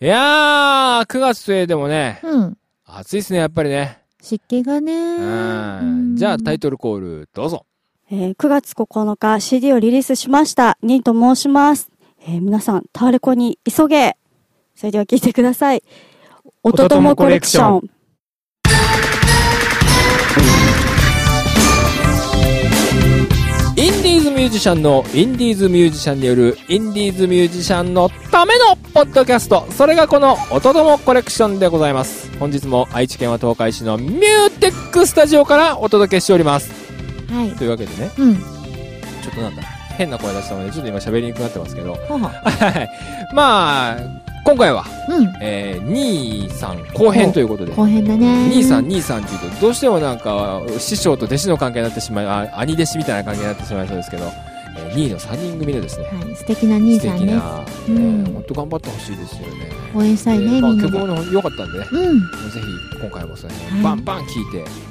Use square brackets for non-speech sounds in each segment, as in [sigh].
いやー、9月末でもね、うん。暑いっすね、やっぱりね。湿気がね。うん。じゃあ、タイトルコール、どうぞ。えー9月9日 CD をリリースしました。ニーと申します。えー皆さん、タワレコに急げ。それでは聞いてください。音ともコレクション。インディーズミュージシャンのインディーズミュージシャンによるインディーズミュージシャンのためのポッドキャストそれがこの「音どもコレクション」でございます本日も愛知県は東海市のミューテックスタジオからお届けしておりますはい。というわけでねうん。ちょっとなんだ変な声出したのでちょっと今喋りにくくなってますけど [laughs] ほうほう。はいまあ今回は、うん。えー、23後編ということで後編だね。兄さん、。兄さんって言うと、どうしてもなんか、師匠と弟子の関係になってしまい、あ兄弟子みたいな関係になってしまいそうですけど、えー、兄の3人組のですね、はい。素敵な兄素さ敵んです。な、うんえー、本当頑張ってほしいですよね。応援したいえね、ーまあ、みんな曲で。も良かったんでね、うん。ぜひ今回もそのは辺いバンバン聴いて、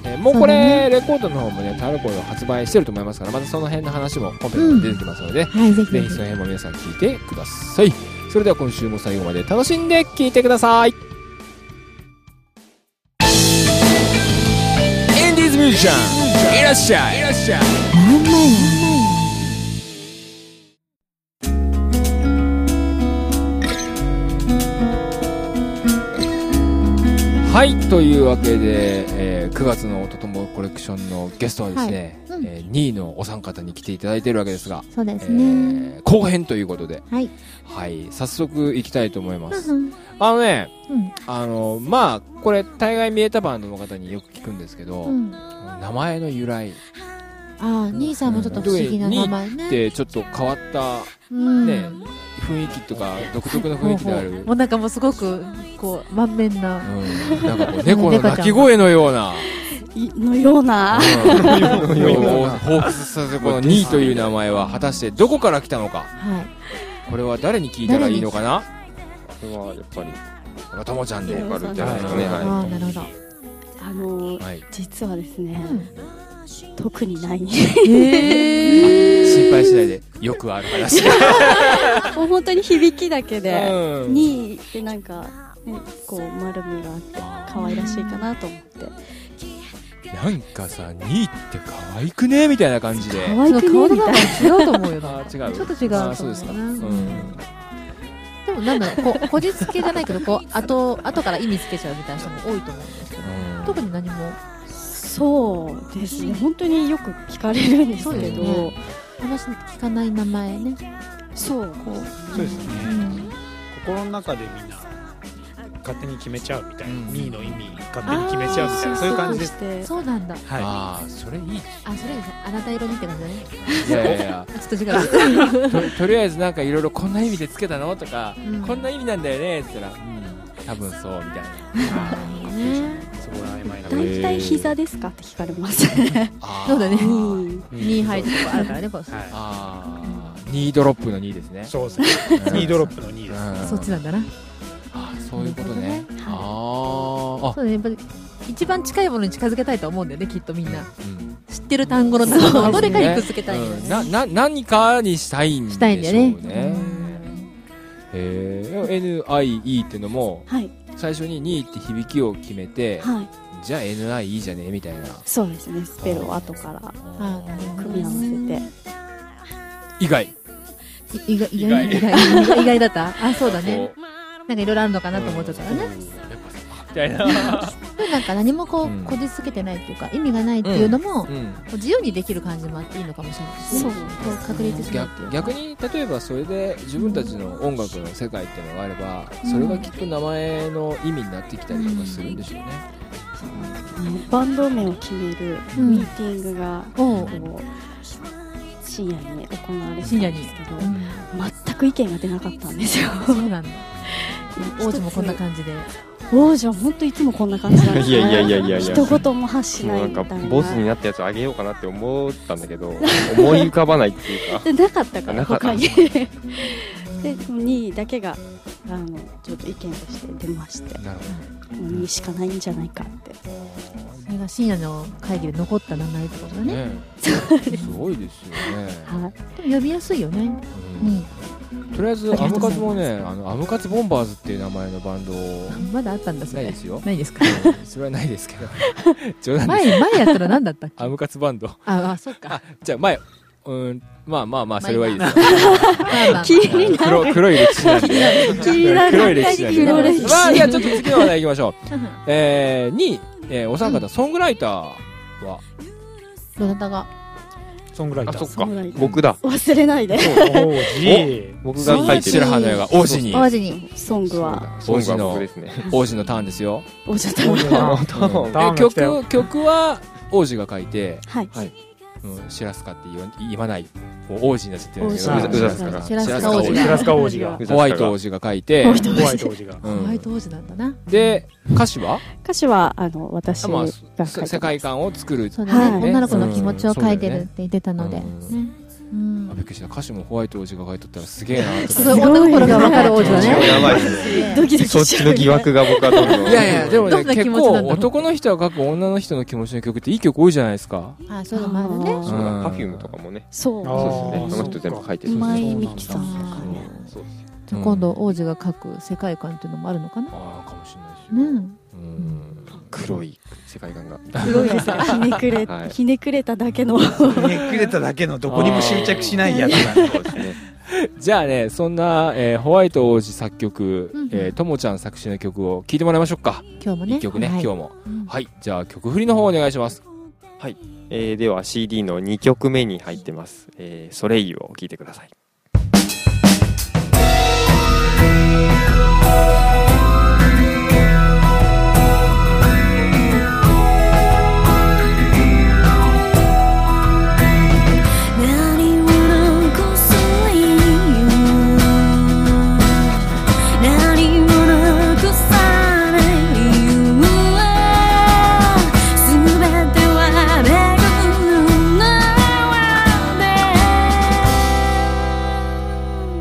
えーもうこれ、レコードの方もね、タワーレコード発売してると思いますから、またその辺の話もコンペに出てきますので、はい、ぜひ。ぜひその辺も皆さん聞いてください。それでは今週も最後まで楽しんで聞いてください。インディーズミュージシャン、いらっしゃい。いらっしゃい。なんないはい、というわけで、えー9月のおとともコレクションのゲストはですね、はいうんえ2位のお三方に来ていただいているわけですが、そうですね。えー後編ということで、はい。はい、早速行きたいと思います。うんあのね、うん。あの、まあ、これ、大概見えたバンドの方によく聞くんですけど、うん。名前の由来、ああ、兄さんもちょっと不思議な名前っね。てちょっと変わったうんね雰囲気とか独特の雰囲気である、もうなんかもうすごくこう満面なうん、なんかこう猫の鳴き声のようなのよううな。んを彷彿させるこの2位という名前は果たしてどこから来たのかはい。これは誰に聞いたらいいのかなこれはやっぱりこれはともちゃんで、ローカルじゃないですかはね。いああ、なるほど。あのー、はい、実はですね、うん特にない。 [laughs] え心配しないでよくある話、もう本当に響きだけで、うんにでなんか、ね、こう丸みがあって、可愛らしいかなと思って。 [laughs] なんかさ2位って可愛くねみたいな感じで可愛くね顔みのたいな。中違うと思うよなあー違うちょっと違うあーそうですか、うんでもなんだろうこうこじつけじゃないけどこう後後から意味つけちゃうみたいな人も多いと思うんですけど特に何もそうですね。本当によく聞かれるんですけそうど、ですね話聞かない名前ね。そうこうそうですね、うん。心の中でみんな勝手に決めちゃうみたいな、うん2位の意味勝手に決めちゃうみたいなそういう感じですすそうなんだはああそれいいいあそれいいですねあなた色にって感じだねやいやいやあ [laughs] ちょっと違うととりあえずなんかいろいろこんな意味でつけたのとか、うんこんな意味なんだよねって言ったら、うん、多分そうみたいなすすごい曖昧な大体膝ですかって聞かれます。あー [laughs] そうだねうん2入ってとかあるからねこうはあーニードロップの2ですねい、そうですね2位ドロップの2位です、うんそっちなんだなあそういうことねいあーあそうねやっぱり一番近いものに近づけたいと思うんだよねきっとみんなうん知ってる単語の中そうのでどすねれかにくっつけたいようねんなな何かにしたいんでしょしうたいんだよねねえー、NIE ってのもはい最初に2って響きを決めてはい。じゃあ NIE じゃねみたいなそうですね。スペルを後からああ、なるほど組み合わせて。以外い意外意外意意外意外だったあそうだねこなんかいろいろあるのかなと思っちゃったからねみたいなでもなんか何もこうんう、こじつけてないっていうか、意味がないっていうのも、こうん自由にできる感じもあっていいのかもしれないですねそうう確立しないっていう逆か。逆に例えばそれで自分たちの音楽の世界っていうのがあればそれがきっと名前の意味になってきたりとかするんでしょうね、バンド名を決めるうんミーティングが、おうこう深夜に行われてたんです深夜にけど、うん全く意見が出なかったんですよ。そうなんだ王子もこんな感じで王子は本当いつもこんな感じなんですね。いやいやいやいやいや一言も発しもなういなみんたかいな。ボスになったやつあげようかなって思ったんだけど思い浮かばないっていうでかなかったからなかった他に。で2位だけがあのちょっと意見として出まして、なるほもう2位しかないんじゃないかって。それが深夜の会議で残った名前ってことどだねねすごいですよね、 [laughs] はい。でも呼びやすいよねうんにとりあえずアムカツもねあのアムカツボンバーズっていう名前のバンドまだあったんだそないれですよないですかそれはないですけど [laughs] 冗談です前前やったら何だったっけアムカツバンドああそうかじゃあ前うーんまあまあまあまあそれはいいです [laughs] ま [laughs] あまあ気になる。黒黒い歴史なんで [laughs] 気になる。黒い歴史なんで黒い歴史まあじゃあちょっと次の話題行きましょうえー、に、えー、お三方、ソングライターはどなたがソングライタあ、ー。そっそかうなんだ。僕だ。忘れないで。おー僕が書いて白る。羽の矢が王子に淡路にソングは。ソングは僕ですね。王子のターンですよおじゃたジー。あは本ターンでが来たよ曲曲は王子が書いてはい。うんシラスカって言わ言わない王子になっちゃってるんです王子けどうざうシざラスカシラスシラカスカ王王子子ラスカ王子が当ホワイト王子が書いてホワイトホワイト王子が。うホんワイト王子なんだなで歌詞は歌詞は、あの、私まがあ書いた。せ世界観を作るそうだね、はい女の子の気持ちをうんそうだ書よねいてるって言ってたので、うんうんあびっくりした歌詞もホワイト王子が書いとったらすげえなとすごかい女の子が分かる王子だねやばいですね。ドキドキそっしちちゃのう疑惑が僕はどんどん。いやいやでもねどんな結気持ちなんだろ構う男の人が書く女の人の気持ちの曲っていい曲多いじゃないですかあそうだまだあねーそうだ、パフュームとかもね。そう。あーそうですね。あの人全部書いてる。今そう井美樹さんとかね。そうですじゃあ今度王子が書く世界観っていうのもあるのかなああかもしれないですねよえうん黒い世界観が。黒いさ、ひねくれ、はいひねくれただけの。ひねくれただけのどこにも執着しないやつだねそうです [laughs] ね。じゃあねそんな、えーホワイト王子作曲うんうんえーとも、ちゃん作詞の曲を聴いてもらいましょうか今日もね一曲ね、はい今日もうんはいじゃあ曲振りの方お願いしますえーでは CD の2曲目に入ってます。えーソレイユを聴いてください。 「何を残そうよ」「何を残さない理由は」「すべては巡るので」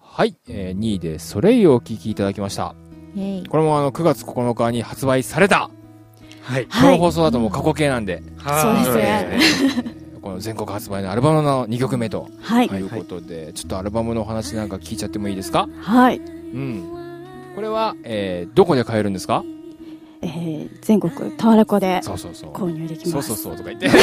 はい、えー、2位でソレイユをお聴きいただきました。イェイ。これもあの9月9日に発売された、はい。こはのい。放送だともう過去形なんで、そうですねえーこの全国発売のアルバムの2曲目とはい。いうことで、ちょっとアルバムのお話なんか聞いちゃってもいいですかはい。うん。これは、えーどこで買えるんですかえー、全国タワレコでそうそうそう。購入できそまうそす。うそうとか言って。よく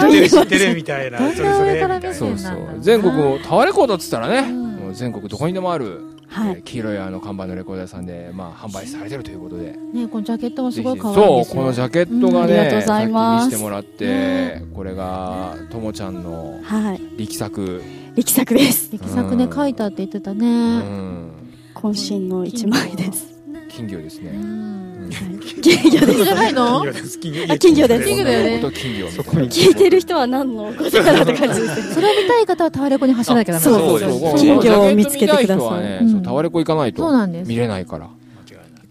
知って言いまるす知ってるみたいな。どんなそれそれみ上から見たいなて。そうそそうなんだう。全国をタワレコードっつったらね、うんもう全国どこにでもある、はえーい。黄色いあの看板のレコード屋さんで、まあ、販売されてるということで。ね、このジャケットもすごい可愛いんそでう、すよ。このジャケットがうんありがとうね、ござさっいきま見すしてもらって、これが、ともちゃんのはい。力作。力作です。力作ね、うん書いたって言ってたね。うん。渾身の一枚です。金魚ですうね。んうん [laughs] 金魚です。じゃないの金魚です。金あ金魚です金魚だよこねんなこと金魚みたいな聞いてる人は何のことかなって感じですね。それを見たい方はタワレコに走らなきゃダメそなうんだそうそそううそうそう。金魚を見つけてくださいジャケット見た人はねうんそうタワレコ行かないそうとなんです。見れないから。ね、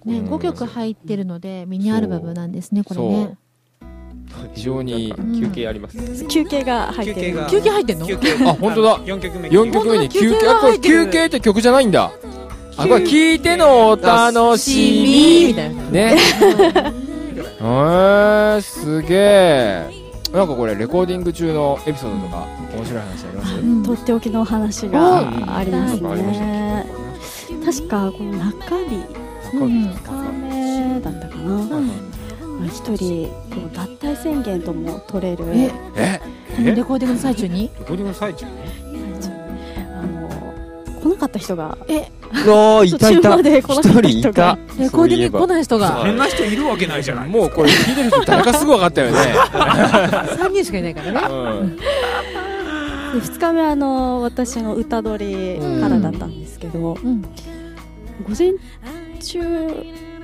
うん5曲入ってるので、ミニアルバムなんですね、これね。非常になんか休憩あります。休憩が入休って憩る。が。休憩入ってんの休憩あ本当だ4曲目。 4曲目に休憩。あ、これ休憩って曲じゃないんだ。あ、これ聞いてのお楽しみみ。たいなね。えー、すげえ。なんかこれレコーディング中のエピソードとか面白い話ありますうんとっておきのお話がありますうんうんうんね。確かこの中日うん2日目だったかな。一人こう脱退宣言とも取れるええあのレコーディングの最中に踊りの最中にあの来なかった人があ、いたい途中た。まで来なかった人一が人いた。レコーディングに来ない人そがうこんな人いるわけないじゃない。もうこれ聞いてる人誰かすぐ分かったよね。 3人しかいないからねうんで2日目あの私の歌取りからだったんですけど、うん午前中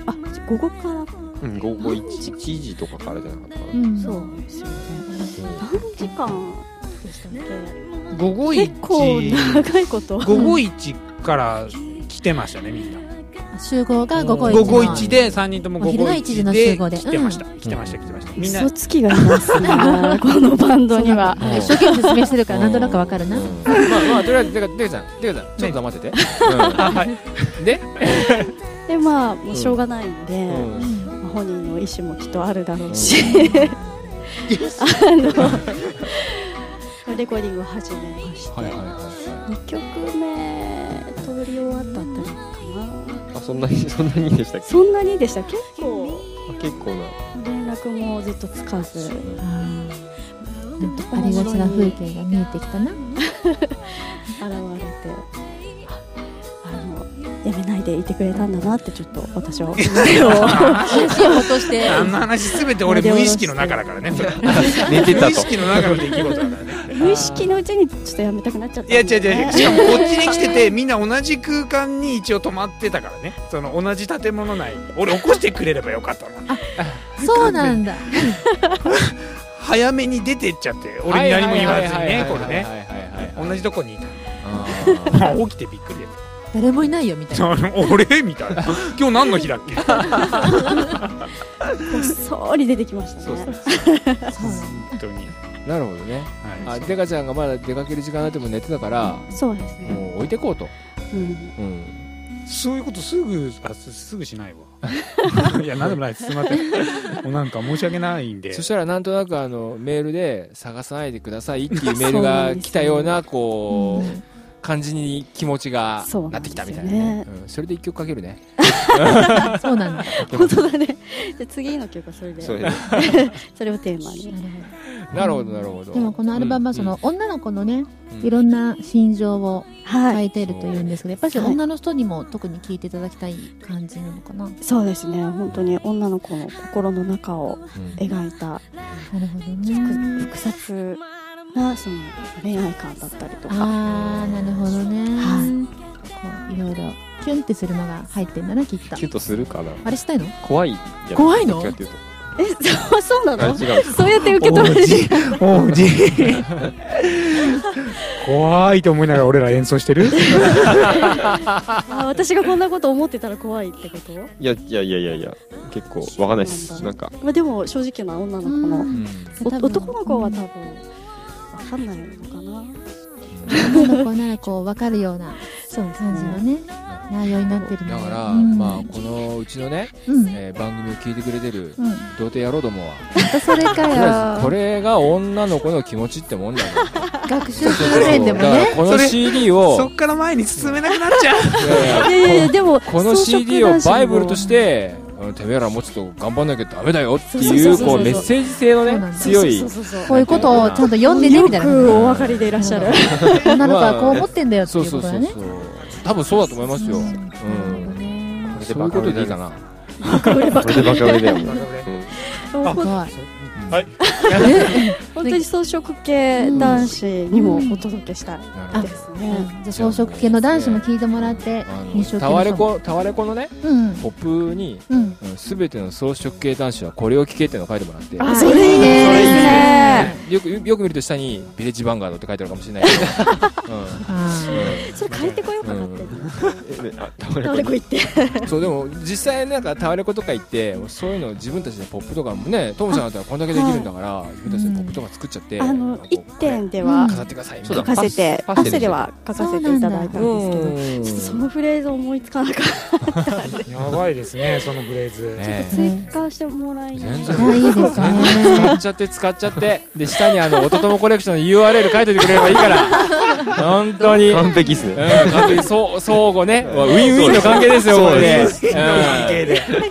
あ午後からうん、午後1時とかからじゃなかったかうな。んそうですよね何時間でしたっけ午後結構長いこと午後一から来てましたねみんな集合が午後1午後一で3人とも午お昼後が一一時の集合で来てました来てました来てましたみんな嘘つきがいますねこのバンドには一生懸命説明してるからなんとなくわかるなうんまあまあとりあえずてかデカちゃんデカちゃんちょっと黙ってて。あはいうんで、でまあもうしょうがないんで、うんうんまあ本人の意思もきっとあるだろうし、あ [laughs] のレコーディングを始めまして、はいはいはい二は2曲目撮り終わったあたりかなあ、そんなに、 [laughs] そんなにでしたっけそんなにでした結構あ結構な。連絡もずっとつかずあーなんかありがちな風景が見えてきたな現れてああのやめないでいてくれたんだなってちょっと私は思いを落としてあんな話すべて俺無意識の中だからねそれ寝て無た意と。識の中の出来事だからね無意識のうちにちょっとやめたくなっちゃったいや違んでう違うしかもこっちに来ててみんな同じ空間に一応泊まってたからねその同じ建物内俺起こしてくれればよかったのにそうなんだ早めに出てっちゃってい。俺に何も言わずにはいねはいこはいれはいねはいはいはい同じとこにいあたーまあ起きてびっくりや誰もいないよみたいなあの俺みたいな今日何の日だっけこっそり出てきましたそうねそうなんだ本当になるほどね。はあいデカちゃんがまだ出かける時間なっても寝てたから、そうですね、もう置いてこうと。うんうん。そういうことすぐあすすぐしないわいや何でもないですすいませんもうなんか申し訳ないんでそしたらなんとなくあのメールで探さないでくださいっていうメールが来たよう [laughs] なこう感じに気持ちがそうななっんてできすたよみねたいなね、うんそれで一曲かけるねそうなんだ本当だね。じゃあ次の曲はそれで。そそれれで。をテーマに。なるほどなるほどでもこのアルバムはその女の子のねうんいろんな心情をは書い。いてるというんですけどやっぱり女の人にも特に聞いていただきたい感じなのかなそうですね。本当に女の子の心の中を描いたなるほど複ね複雑なその恋愛感だったりとか。あーなるほどね、はこういろいろキュンってするのが入ってんだなきっとキュッとするかな。あれしたいの怖いじゃん。怖いのどっちかっていうとえ、そうそうなあ、の？違う。そうやって受け止めて。おうじ怖いと思いながら俺ら演奏してるあ、私がこんなこと思ってたら怖いってこと？いや、いやいやいやいや。結構、わかんないっす。なんか、まあでも正直な女の子うのんお男の子は多分多わかんないのかな。分女の子ならこう分かるようなそう感じのね内容になってるのでだから、うんまあこのうちのね、うんえー番組を聞いてくれてるうん童貞野郎どもはまたそれとりあえかずよこれが女の子の気持ちってもんだな学習訓練でもだからねこの CD そをっから前に進めなくなっちゃういやいやいやいやいや、でも、この草食 CD を男子もバイブルとし、てあのてめえらもうちょっと頑張んなきゃダメだよっていそううそうそうそうこうメッセージ性のそうなんねです強いそうそうそうそうこういうことをちゃんと読んでねみたいなよくお分かりでいらっしゃる。女の子はこう思ってんだよってそいううそうことそだうねそう多分そうだと思いますよ、ううんん、これでそういうバカこ売れとでだいよいかなこれでバカ売れだよもう怖い本当に草食系男子にもお届けしたいなるですうんね。じゃあ草食系の男子も聞いてもらってほどあの印象的タワレコタワレコのねうんポップにうんうん全ての草食系男子はこれを聞けっていうのを書いてもらってあ、それいいね。それいいね。よくよく見ると下に「ビレッジヴァンガード」って書いてあるかもしれないけど、それ変えてこようかなって。えあタワレコタワレコ行って。うん、 [laughs] そうでも実際なんかタワレコとか行ってもうそういうのを自分たちでポップとかもねトムさんだったらこんだけできるんだから、自分たちでポップとか作っちゃって、あの、こう一点ではうん飾ってくださいみたそいうなだ書かせて、パパススでは書かせていただいたんですけど、うんちょっとそのフレーズ思いつかなかっやばいですね、そのフレーズ。ねた。追加してもらいな全い。然あいいですね使っちゃって使っちゃってで下にあの「おとともコレクション」の URL 書いといてくれればいいから本当に [laughs] 完璧っすうねん、完璧そう相互ね、ウィンウィンの関係ですよ、これね。そううん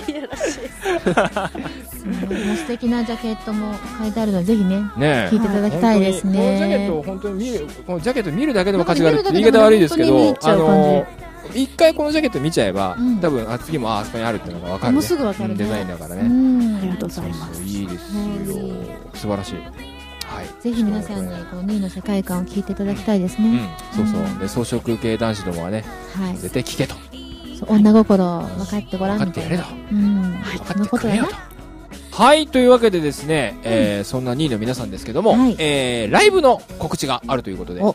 素敵なジャケットも書いてあるのでぜひねね聞いていただきたいですこのジャケッねトを本当に見る、このジャケット見るだけでも価値があるって言い方悪いですけなんど、かあ見るだけでも本の、一回このジャケット見ちゃえばうん、多分、あ、次も、あ、あそこにあるってのがわかるね。もうすぐわかるうねんデザインだからうね。ありがんとうございそうまそす。ういいですよ。素晴らしい。はい。ぜひ皆さんにこうニーの世界観を聞いていただきたいですうねん、そうそう。で、装飾系男子どもはね、はい絶対聞けと。そう女心を分かってごら分かっんみてたやいれなと。うん分そかのっこてくとれだよなと。はい、というわけでですね、えーそんな2位の皆さんですけども、はいえーライブの告知があるということでお、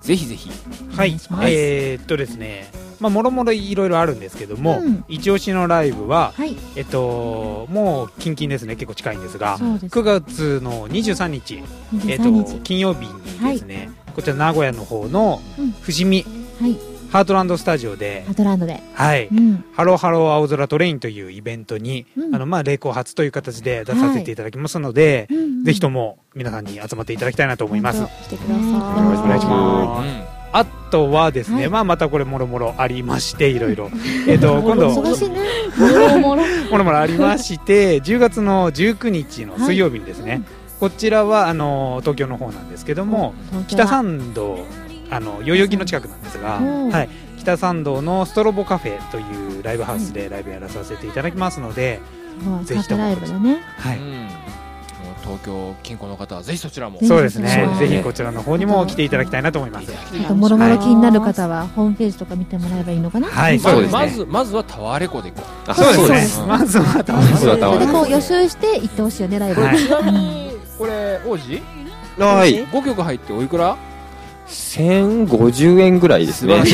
ぜひぜひ、お願いしますえーっとですねまあもろもろいろいろあるんですけども、うん一押しのライブははいえっともう近々ですね結構近いんですがそうです9月の23日えっと23日金曜日にですね、こちら名古屋の方のうん富士見はいハートランドスタジオでア、トランドではい、うんハローハロー青空トレインというイベントに、うんあのまあ、霊光発という形で出させていただきますので、うん [laughs] ぜひとも皆さんに集まっていただきたいなと思います。来てくだねさい。お願いしまあとはですはね、いまあまたこれもろもろありまして、いろいろ。えっと、今度、忙しいねもろもろありまして、10月の19日の水曜日にですね、はいうんこちらはあの東京の方なんです [laughs] けども、北参道あの代々木の近くなんですが、うんはい、北参道のストロボカフェというライブハウスでライブやらさせていただきますので、ぜぜひひととももライブでねはいうんもう東京近郊の方はぜひそちらもぜひそうですねそうですねぜひこちらの方にも来ていただきたいなと思いますあともろもろ気になる方はホームページとか見てもらえばいいのかなはいまそうですねまずまずはタワレコで行こあそうですねそうですまずは多まずはタそワれレでコこう予習して行ってほしいよねライブう、はいちなみ [laughs] にこれ王子はい5曲入っておいくら1050円ぐらいですねぐ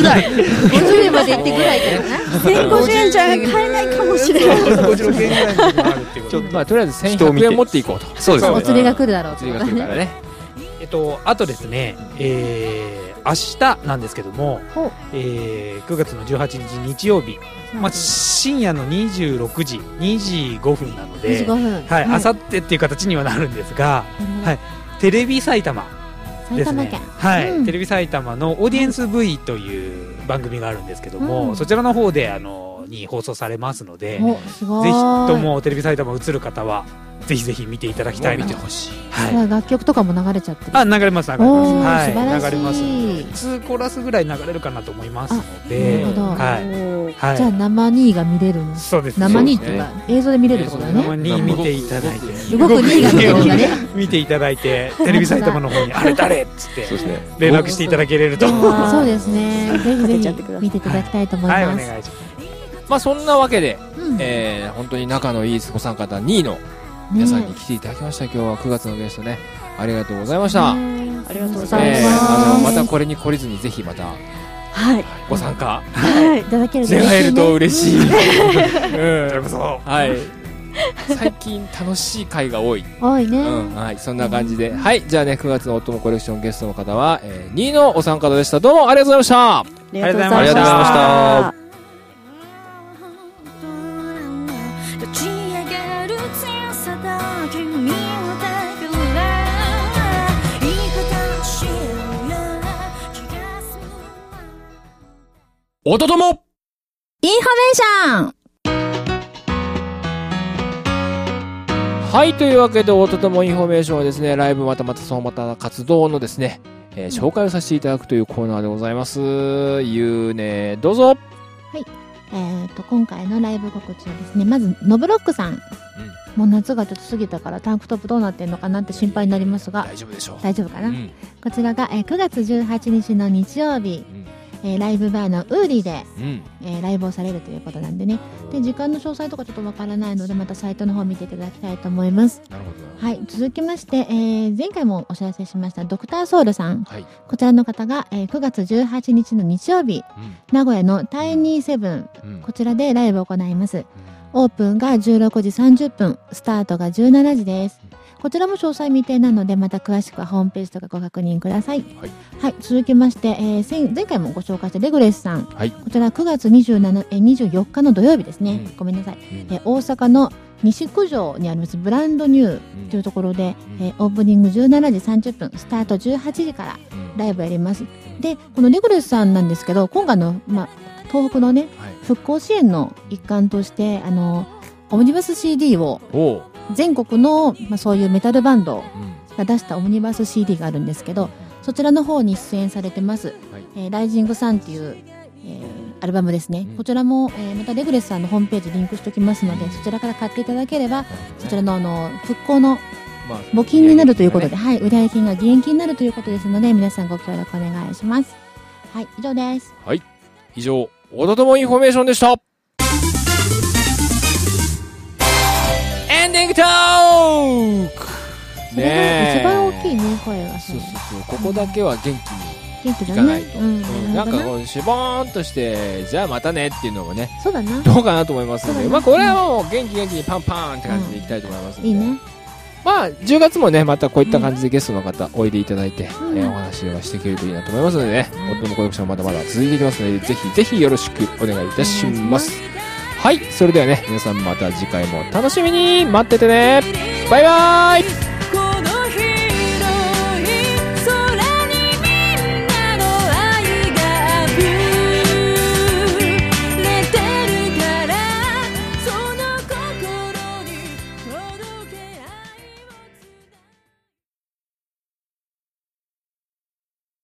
らい50円まで行ってぐらいかな1050円じゃ買えないかもしれない。 150円ぐらいのもあるっていうことでまあとりあえず人を見1100て円持っていこうとそうですおね釣りが来るだろうおと釣りが来るからね [laughs] えっとあとですねえー明日なんですけどもほう、えー、9月の18日日曜日、まあ、深夜の26時2時5分なので25分はい、あさってっていう形にはなるんですが、はいテレビ埼玉埼です玉ね県。はい、うんテレビ埼玉のオーディエンス V という番組があるんですけども、うんそちらの方であのに放送されますので、ぜおすごいひともテレビ埼玉映る方はぜひぜひ見ていただきたいもなう見とて。ほしいはい。まあ楽曲とかも流れちゃってるあ流れます流れおーます。素晴らしい流れますので。ツーコーラスぐらい流れるかなと思いますのなるで、ほど、はいはい。じゃあ生2が見れるのそうです。生に2っていうか映像で見れるってことだ生ねに見ていただいて。動く2が見れるんだね見ていただいてテレビ埼玉の方にあれ誰っつってそうですね連絡していただけれるとはあーそうです [laughs] ねぜひぜひ見ていただきたいと思いいおます、願いしますまあそんなわけで、うんえー本当に仲のいいご参加方2位の皆さんに来ていただきました、今日は9月のゲストねありがとうございました、ありがとうごえざいーあのま。ますたこれに懲りずにぜひまたはい。ご参加は [laughs] いい。ただける [laughs] 願えると嬉しい、 [laughs] それこそはい最近楽しい回が多い。多いね。うん、はい、そんな感じで。はい、じゃあね、9月のお供コレクションゲストの方は、えー、2位のお三方でした。どうもありがとうございました。ありがとうございあまりしがとうございましたた。立ち上がる強さだ君をだから言い方をしようよ気が済むおとともインフォメーションはい、というわけで、おとともインフォメーションはですね、ライブまたまたそのまた活動のですね、えー紹介をさせていただくというコーナーでございます。ゆうね、どうぞえっ、と、今回のライブ告知はですね、まず、ノブロックさん。もう夏がちょっと過ぎたから、タンクトップどうなってんのかなって心配になりますが、大丈夫でしょう。大丈夫かな、うんこちらが、えー9月18日の日曜日、うんえーライブバーのウーリーで、うんえーライブをされるということなんでね。で、時間の詳細とかちょっとわからないので、またサイトの方見ていただきたいと思います。なるほど。はい、続きまして、えー前回もお知らせしました、ドクターソウルさん。はい。こちらの方が、えー9月18日の日曜日、うん名古屋のタイニーセブン、うんこちらでライブを行います。オープンが16時30分、スタートが17時です。こちらも詳細未定なので、また詳しくはホームページとかご確認ください。はい。続きまして、えー先前回もご紹介したレグレスさん。はいこちら9月27えー24日の土曜日ですね。うんごめんなさい。うんえー大阪の西九条にありますブランドニューというところで、うんえーオープニング17時30分、スタート18時からうんライブやります。で、このレグレスさんなんですけど、今回の、まあ、東北のね、はい。復興支援の一環として、あの、オムニバス CD をおう。全国の、まあ、そういうメタルバンドうんが出したオムニバス CD があるんですけど、そちらの方に出演されてます。はいえーライジングサンっていう、えーアルバムですね。うんこちらも、えーまたレグレスさんのホームページリンクしておきますので、そちらから買っていただければ、そちらのあの、復興のまあ募金になるということで、ねはい、売上金が義援金になるということですので、皆さんご協力お願いします。はい、以上です。以上、おとともインフォメーションでした。エンディングトークそれが一番大きいねね、声が。そうそうそう、ここだけは元気に。元気聞かだないねと。うんうん、なんかこう、しぼーんとして、じゃあまたねっていうのもね、そうだな。どうかなと思いますんそうで、だねまあこれはもう元気元気にパンパンって感じでいきたいと思いますんで、いいね。まあ10月もね、またこういった感じでゲストの方、おいでいただいて、んえーお話はしていけるといいなと思いますのでね、夫のコレクションまだまだ続いていきますので、ぜひぜひよろしくお願いいたします。はい、それではね、皆さんまた次回も楽しみに待っててねバイバーイ